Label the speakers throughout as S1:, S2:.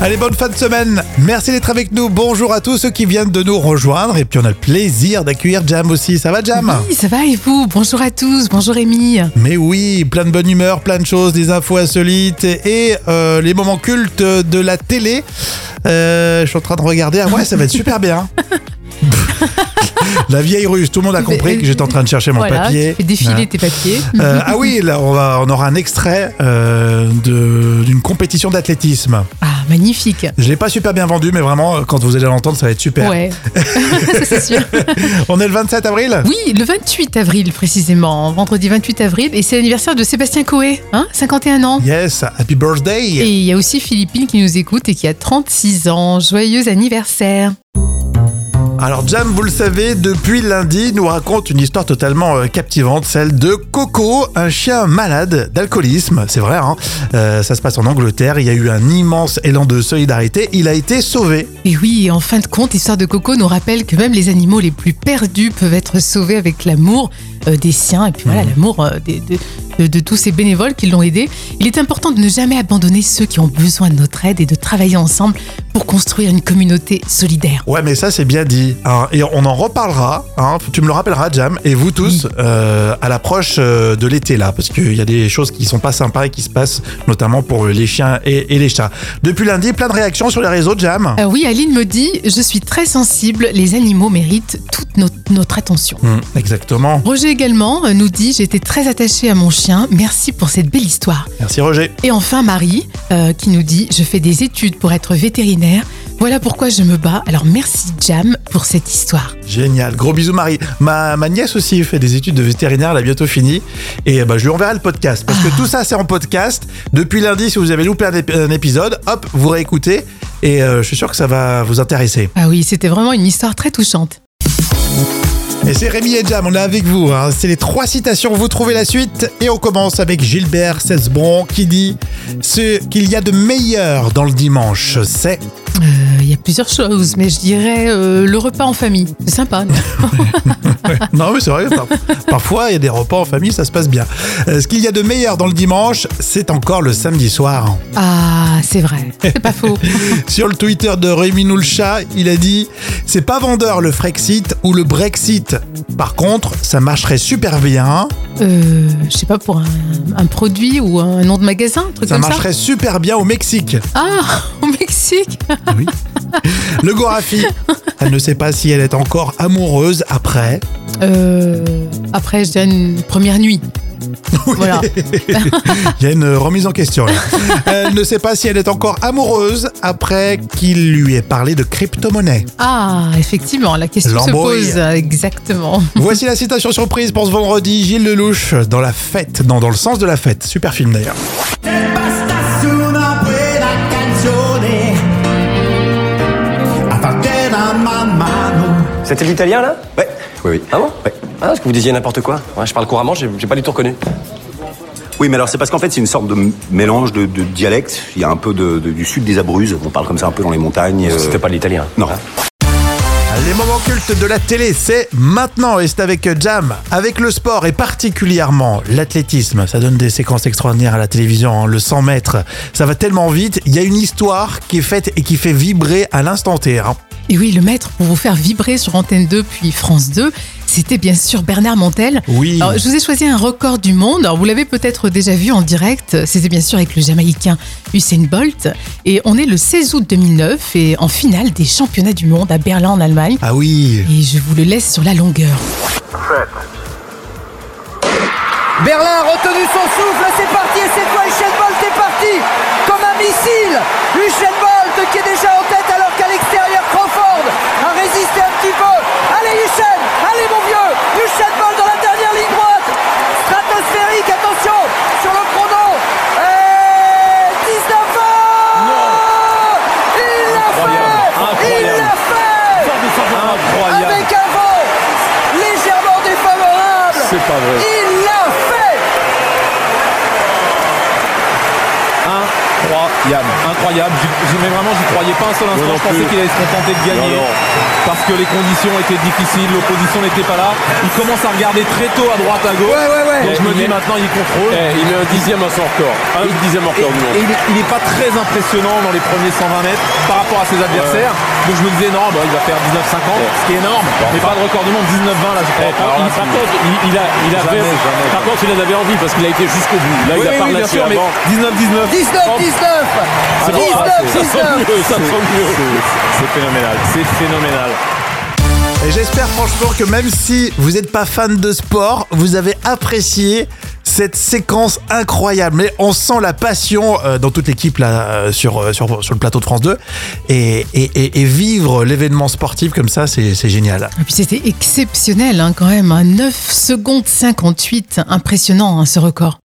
S1: Allez, bonne fin de semaine. Merci d'être avec nous. Bonjour à tous ceux qui viennent de nous rejoindre. Et puis, on a le plaisir d'accueillir Jam aussi. Ça va, Jam
S2: Oui, ça va et vous Bonjour à tous, bonjour Rémi.
S1: Mais oui, plein de bonne humeur, plein de choses, des infos insolites et euh, les moments cultes de la télé. Euh, je suis en train de regarder. Ah ouais, ça va être super bien. la vieille ruse, tout le monde a compris que j'étais en train de chercher mon
S2: voilà,
S1: papier.
S2: tu fais défiler tes papiers.
S1: Euh, ah oui, là, on, va, on aura un extrait euh, de- d'une compétition d'athlétisme.
S2: Ah, magnifique.
S1: Je l'ai pas super bien vendu, mais vraiment, quand vous allez l'entendre, ça va être super.
S2: Ouais, ça c'est sûr.
S1: On est le 27 avril
S2: Oui, le 28 avril précisément, vendredi 28 avril, et c'est l'anniversaire de Sébastien Coé, hein 51 ans.
S1: Yes, happy birthday
S2: Et il y a aussi Philippine qui nous écoute et qui a 36 ans. Joyeux anniversaire.
S1: Alors Jam, vous le savez, depuis lundi, nous raconte une histoire totalement euh, captivante, celle de Coco, un chien malade d'alcoolisme, c'est vrai, hein. Euh, ça se passe en Angleterre, il y a eu un immense élan de solidarité, il a été sauvé.
S2: Et oui, en fin de compte, l'histoire de Coco nous rappelle que même les animaux les plus perdus peuvent être sauvés avec l'amour euh, des siens et puis voilà, l'amour euh, des- de, de- de tous ces bénévoles qui l'ont aidé. Il est important de ne jamais abandonner ceux qui ont besoin de notre aide et de travailler ensemble pour construire une communauté solidaire.
S1: Ouais mais ça c'est bien dit, hein. et on en reparlera, hein. tu me le rappelleras Jam, et vous tous, euh, à l'approche euh, de l'été là, parce qu'il y a des choses qui sont pas sympas et qui se passent, notamment pour euh, les chiens et, et les chats. Depuis lundi, plein de réactions sur les réseaux Jam.
S2: Euh, oui, Aline me dit, je suis très sensible, les animaux méritent toute notre- notre attention.
S1: Hmm, exactement,
S2: Roger également euh, nous dit, j'étais très attachée à mon chien, merci pour cette belle histoire.
S1: merci Roger.
S2: Et enfin Marie, euh, qui nous dit Je fais des études pour être vétérinaire. Voilà pourquoi je me bats. Alors merci Jam pour cette histoire.
S1: Génial, gros bisous Marie. Ma, ma nièce aussi fait des études de vétérinaire, elle a bientôt fini. Et bah, je lui enverrai le podcast. Parce que tout ça c'est en podcast. Depuis lundi, si vous avez loupé un, ép- un épisode, hop, vous réécoutez. Et euh, je suis sûr que ça va vous intéresser.
S2: Ah oui, c'était vraiment une histoire très touchante.
S1: Et c'est Rémi et Jam, on est avec vous. hein. C'est les trois citations, vous trouvez la suite. Et on commence avec Gilbert Cesbron qui dit Ce qu'il y a de meilleur dans le dimanche, c'est.
S2: Euh, Il y a plusieurs choses, mais je dirais euh, le repas en famille. C'est sympa. non
S1: non, mais c'est vrai, par- parfois il y a des repas en famille, ça se passe bien. Euh, ce qu'il y a de meilleur dans le dimanche, c'est encore le samedi soir.
S2: ah, c'est vrai. C'est pas faux.
S1: Sur le Twitter de Rémi Noulcha, il a dit C'est pas vendeur le Frexit ou le Brexit. Par contre, ça marcherait super bien.
S2: Euh, je sais pas, pour un, un produit ou un nom de magasin, un truc
S1: Ça
S2: comme
S1: marcherait super bien au Mexique.
S2: ça. Ah, au Mexique.
S1: Oui. le Gorafi, elle ne sait pas si elle est encore amoureuse après.
S2: Euh, après, je dirais une première nuit. Voilà.
S1: Il y a une remise en question. là. Elle ne sait pas si elle est encore amoureuse après qu'il lui ait parlé de crypto-monnaie.
S2: Ah, effectivement, la question se
S1: L'embrouille.
S2: pose. Exactement.
S1: Voici la citation surprise pour ce vendredi. Gilles Lelouch, dans la fête, non, dans le sens de la fête. Super film d'ailleurs.
S3: Basta una buona canzone a parte da mano
S4: C'était l'italien là
S5: Ouais, oui, oui.
S4: Ah bon
S5: Ouais.
S4: Ah, parce que vous disiez n'importe quoi. Ouais, je parle couramment, j'ai j'ai pas du tout reconnu.
S5: Oui, mais alors c'est parce qu'en fait c'est une sorte de m- mélange de, de dialectes. Il y a un peu de, de- du sud des Abruzes. On parle comme ça un peu dans les montagnes. euh,
S4: C'était pas de l'italien.
S5: Non.
S1: Les moments cultes de la télé, c'est maintenant et c'est avec Jam, avec le sport et particulièrement l'athlétisme. Ça donne des séquences extraordinaires à la télévision, hein, le 100 mètres. Ça va tellement vite, il y a une histoire qui est faite et qui fait vibrer à l'instant T. hein.
S2: Et oui, le maître pour vous faire vibrer sur Antenne 2 puis France 2, c'était bien sûr Bernard Montel.
S1: Oui.
S2: Alors, je vous ai choisi un record du monde. Alors, vous l'avez peut-être déjà vu en direct. C'était bien sûr avec le Jamaïcain Usain Bolt. Et on est le 16 août 2009 et en finale des championnats du monde à Berlin en Allemagne.
S1: Ah oui,
S2: Et je vous le laisse sur la longueur.
S6: Berlin a retenu son souffle, c'est parti et cette fois Usain Bolt est parti comme un missile. Usain Bolt qui est déjà en tête alors qu'à l'extérieur Crawford a résisté un petit peu. Allez Usain, allez mon vieux, Usain Bolt dans la dernière ligne droite, stratosphérique, attention sur le chrono. Et 19 Il l'a fait, il l'a fait avec un vent légèrement défavorable.
S4: C'est pas vrai.
S6: Il l'a fait
S4: Incroyable.
S7: incroyable. J'y- j'y- Mais vraiment, j'y croyais pas un seul instant.
S8: non
S7: Je pensais
S8: plus.
S7: qu'il allait se contenter de gagner
S8: Non, non.
S7: parce que les conditions étaient difficiles, l'opposition n'était pas là. Il commence à regarder très tôt à droite, à gauche.
S6: Ouais, ouais, ouais.
S7: Donc je me
S8: Il
S7: dis
S8: est-
S7: maintenant, il contrôle. Hein
S8: Eh, il met un dixième à son record. Un dixième
S7: Et,
S8: record du monde.
S7: et il est- il n'est pas très impressionnant dans les premiers 120 mètres par rapport à ses adversaires. Donc je me disais non, bah, il va faire 19,50, ce qui est énorme. Mais pas de record du monde, 19,20 là, je
S8: Eh,
S7: crois.
S8: par,
S7: pas.
S8: il- par contre, il, il a, il a
S7: Jamais,
S8: fait-
S7: jamais.
S8: par contre, il en avait envie parce qu'il a été jusqu'au bout. Là,
S7: Oui,
S8: il a pas
S7: oui, oui, bien
S8: relâché
S7: sûr, mais
S8: avant.
S7: 19-19.
S6: 19, 19
S8: C'est bon, ça, c'est-
S6: 19,
S8: ça sent
S6: 19
S8: mieux, ça sent mieux.
S7: C'est phénoménal, c'est phénoménal.
S1: Et j'espère franchement que même si vous n'êtes pas fan de sport, vous avez apprécié cette séquence incroyable. Mais on sent la passion euh, dans toute l'équipe là euh, sur, euh, sur, sur le plateau de France 2. Et, et, et- et vivre l'événement sportif comme ça, c'est c'est génial.
S2: Et puis c'était exceptionnel hein, quand même. hein. 9 secondes 58. Impressionnant hein, ce record.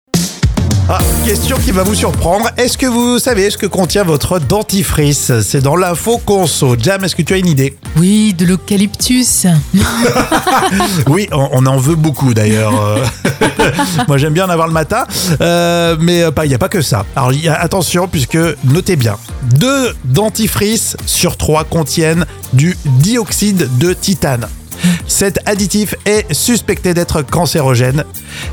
S1: Ah, question qui va vous surprendre. Est-ce que vous savez ce que contient votre dentifrice C'est dans l'info conso. Jam, est-ce que tu as une idée
S2: Oui, de l'eucalyptus.
S1: Bah. Oui, on, on en veut beaucoup d'ailleurs. Euh, Moi, j'aime bien en avoir le matin, Euh, mais euh, pas- il n'y a pas que ça. Alors, il y a- attention, puisque notez bien, deux dentifrices sur trois contiennent du dioxyde de titane. Cet additif est suspecté d'être cancérogène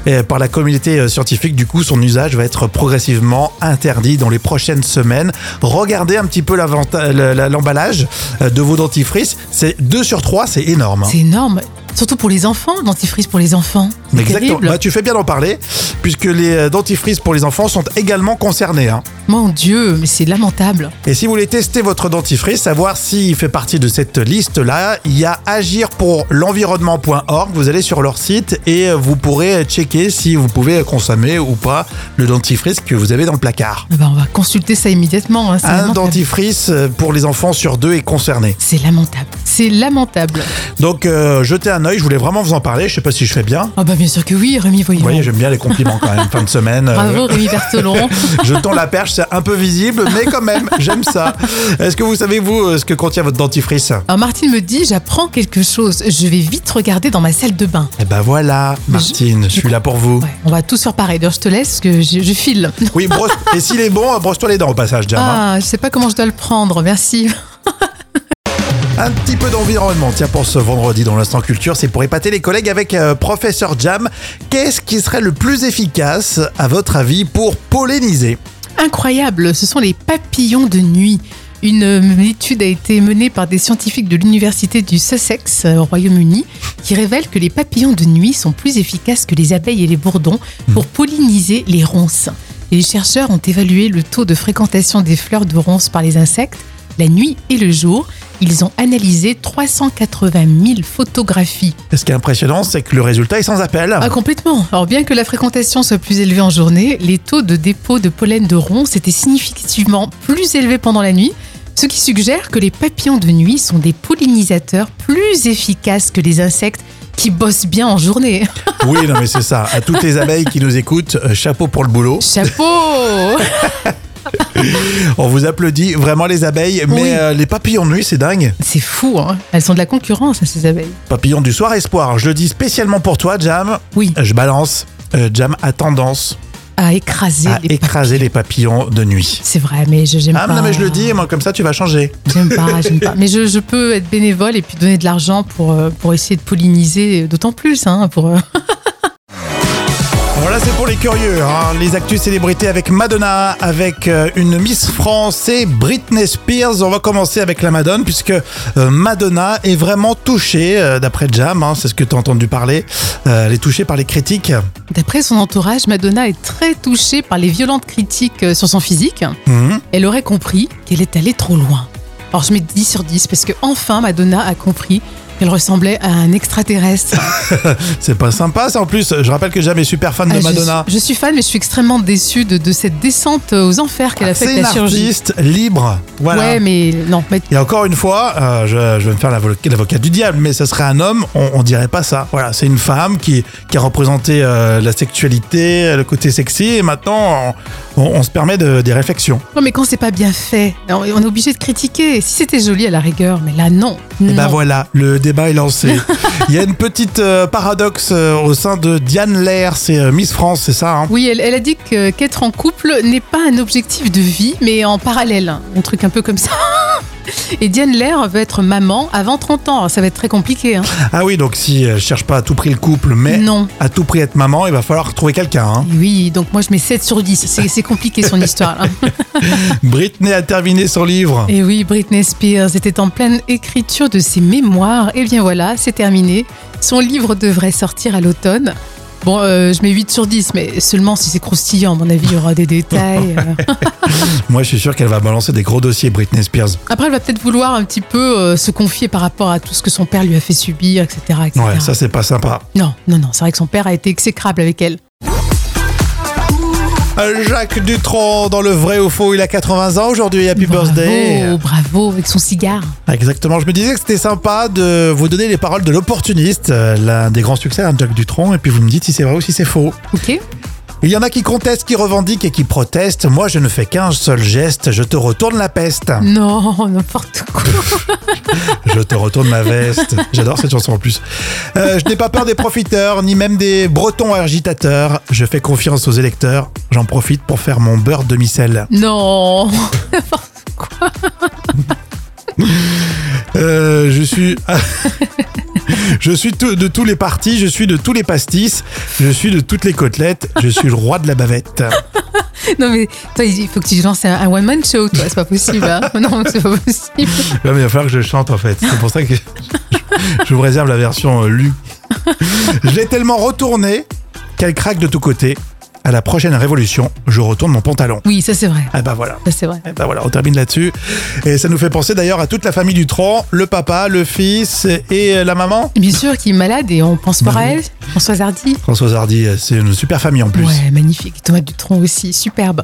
S1: Et par la communauté euh, scientifique. Du coup, son usage va être progressivement interdit dans les prochaines semaines. Regardez un petit peu l'avanta- la- la- l'emballage euh, de vos dentifrices. C'est 2 sur 3, c'est énorme. hein.
S2: C'est énorme. Surtout pour les enfants, dentifrice pour les enfants. C'est
S1: Mais Exactement.
S2: terrible.
S1: Bah, tu fais bien d'en parler, puisque les euh, dentifrices pour les enfants sont également concernés. hein.
S2: Mon Dieu, mais c'est lamentable.
S1: Et si vous voulez tester votre dentifrice, savoir s'il fait partie de cette liste-là, il y a agir pour l'environnement.org. Vous allez sur leur site et euh, vous pourrez euh, checker si vous pouvez consommer ou pas le dentifrice que vous avez dans le placard.
S2: Ah bah, on va consulter ça immédiatement. hein, c'est
S1: Un
S2: lamentable.
S1: dentifrice euh, pour les enfants sur deux est concerné.
S2: C'est lamentable. C'est lamentable.
S1: Donc euh, jetez un œil, je voulais vraiment vous en parler, je sais pas si je fais bien.
S2: Ah bah bien sûr que oui, Rémi Voyant.
S1: Vous voyez, j'aime bien les compliments quand même, fin de semaine. euh,
S2: Bravo Rémi Bertolon.
S1: Je tends la perche, c'est un peu visible, mais quand même, j'aime ça. Est-ce que vous savez, vous, euh, ce que contient votre dentifrice
S2: Alors Martine me dit, j'apprends quelque chose. Je vais vite regarder dans ma salle de bain.
S1: Eh ben voilà, Martine, je, suis là pour vous.
S2: Ouais, on va tous faire pareil. D'ailleurs, je te laisse parce que je, je file.
S1: Oui, brosse. Et s'il est bon, euh, brosse-toi les dents au passage, Jam. hein.
S2: Ah, je sais pas comment je dois le prendre. Merci.
S1: Un petit peu d'environnement, tiens, pour ce vendredi dans l'instant culture, c'est pour épater les collègues avec euh, Professeur Jam. Qu'est-ce qui serait le plus efficace, à votre avis, pour polliniser
S2: Incroyable, ce sont les papillons de nuit. Une euh, étude a été menée par des scientifiques de l'université du Sussex euh, au Royaume-Uni qui révèle que les papillons de nuit sont plus efficaces que les abeilles et les bourdons pour polliniser les ronces. Et les chercheurs ont évalué le taux de fréquentation des fleurs de ronces par les insectes la nuit et le jour. Ils ont analysé 380 000 photographies.
S1: Ce qui est impressionnant, c'est que le résultat est sans appel.
S2: Ah, complètement. Alors, bien que la fréquentation soit plus élevée en journée, les taux de dépôt de pollen de ronces étaient significativement plus élevés pendant la nuit, ce qui suggère que les papillons de nuit sont des pollinisateurs plus efficaces que les insectes qui bossent bien en journée.
S1: Oui, non, mais c'est ça. À toutes les abeilles qui nous écoutent, euh, chapeau pour le boulot.
S2: Chapeau
S1: On vous applaudit vraiment les abeilles, mais
S2: Oui.
S1: euh, les papillons de nuit, c'est dingue.
S2: C'est fou, hein Elles sont de la concurrence, hein, ces abeilles.
S1: Papillon du soir espoir, je le dis spécialement pour toi, Jam.
S2: Oui,
S1: Je balance. Euh, Jam a tendance
S2: à écraser
S1: à
S2: les
S1: écraser les papillons de nuit.
S2: C'est vrai, mais je j'aime
S1: Ah
S2: pas.
S1: non mais je le dis, moi comme ça tu vas changer.
S2: J'aime pas, j'aime pas. Mais je, je peux être bénévole et puis donner de l'argent pour, euh, pour essayer de polliniser d'autant plus, hein, pour... euh,
S1: Alors là c'est pour les curieux, hein. les actus célébrités avec Madonna, avec euh, une Miss France et Britney Spears. On va commencer avec la Madonna puisque euh, Madonna est vraiment touchée, euh, d'après Jam, hein, c'est ce que tu as entendu parler, Euh, elle est touchée par les critiques.
S2: D'après son entourage, Madonna est très touchée par les violentes critiques euh, sur son physique.
S1: Mhm.
S2: Elle aurait compris qu'elle est allée trop loin. Alors je mets 10 sur 10 parce que enfin Madonna a compris qu'elle ressemblait à un extraterrestre.
S1: C'est pas sympa ça en plus, je rappelle que Jam est super fan
S2: Ah,
S1: de
S2: je
S1: Madonna.
S2: suis- Je, suis fan, mais je suis extrêmement déçue de, de cette descente euh, aux enfers qu'elle a faite
S1: Ah, C'est
S2: de
S1: une
S2: la chirurgie.
S1: artiste libre. Voilà.
S2: Ouais, mais non, mais
S1: Et encore une fois, euh, je, je vais me faire l'avoc- l'avocat du diable, mais ce serait un homme, on, on dirait pas ça. Voilà, c'est une femme qui, qui a représenté euh, la sexualité, le côté sexy, et maintenant on, on- on se permet de- des réflexions.
S2: Non, mais quand c'est pas bien fait, on on est obligé de critiquer. Si c'était joli à la rigueur, mais là non.
S1: Et ben
S2: Non.
S1: voilà, le débat est lancé. Il y a une petite euh, paradoxe euh, au sein de Diane Lair, c'est euh, Miss France, c'est ça hein
S2: Oui, elle, elle a dit que- qu'être en couple n'est pas un objectif de vie, mais en parallèle. Un truc un peu comme ça. Et Diane Lair veut être maman avant 30 ans. Ça va être très compliqué. hein.
S1: Ah oui, donc si elle cherche pas à tout prix le couple, mais
S2: Non.
S1: à tout prix être maman, il va falloir trouver quelqu'un. hein.
S2: Oui, donc moi je mets 7 sur 10. C'est c'est compliqué son histoire. là.
S1: Britney a terminé son livre.
S2: Et oui, Britney Spears était en pleine écriture de ses mémoires. Et bien voilà, c'est terminé. Son livre devrait sortir à l'automne. Bon, euh, je mets 8 sur 10, mais seulement si c'est croustillant. À mon avis, il y aura des détails. euh.
S1: Moi, je suis sûr qu'elle va balancer des gros dossiers, Britney Spears.
S2: Après, elle va peut-être vouloir un petit peu euh, se confier par rapport à tout ce que son père lui a fait subir, etc. etc.
S1: Ouais, ça, c'est pas sympa.
S2: Non, non, non, c'est vrai que son père a été exécrable avec elle.
S1: Euh, Jacques Dutronc, dans le vrai ou faux, il a 80 ans aujourd'hui. Happy
S2: bravo,
S1: birthday.
S2: bravo, avec son cigare.
S1: Exactement, je me disais que c'était sympa de vous donner les paroles de l'opportuniste, euh, l'un des grands succès, hein, Jacques Dutronc, et puis vous me dites si c'est vrai ou si c'est faux.
S2: Ok
S1: Il y en a qui contestent, qui revendiquent et qui protestent. Moi, je ne fais qu'un seul geste, je te retourne la peste.
S2: Non, n'importe quoi.
S1: Je te retourne ma veste. J'adore cette chanson en plus. Euh, je n'ai pas peur des profiteurs, ni même des bretons agitateurs. Je fais confiance aux électeurs. J'en profite pour faire mon beurre demi-sel.
S2: Non.
S1: Euh, je suis. Je suis tout- de tous les partis, je suis de tous les pastis, je suis de toutes les côtelettes, je suis le roi de la bavette.
S2: Non, mais toi, il faut que tu lances un, un one-man show, toi. C'est pas possible. hein. Non, c'est pas possible.
S1: Ouais, mais il va falloir que je chante en fait. C'est pour ça que je, je vous réserve la version euh, lue. Je l'ai tellement retourné qu'elle craque de tous côtés. À la prochaine révolution, je retourne mon pantalon.
S2: Oui, ça, c'est vrai.
S1: Ah bah voilà.
S2: Ça, c'est vrai.
S1: Eh ben voilà, on termine là-dessus. Et ça nous fait penser d'ailleurs à toute la famille du tronc, le papa, le fils et la maman.
S2: Bien sûr qu'il est malade et on pense fort à elle. Françoise Hardy.
S1: Françoise Hardy, c'est une super famille en plus.
S2: Ouais, magnifique. Thomas Dutronc aussi, superbe.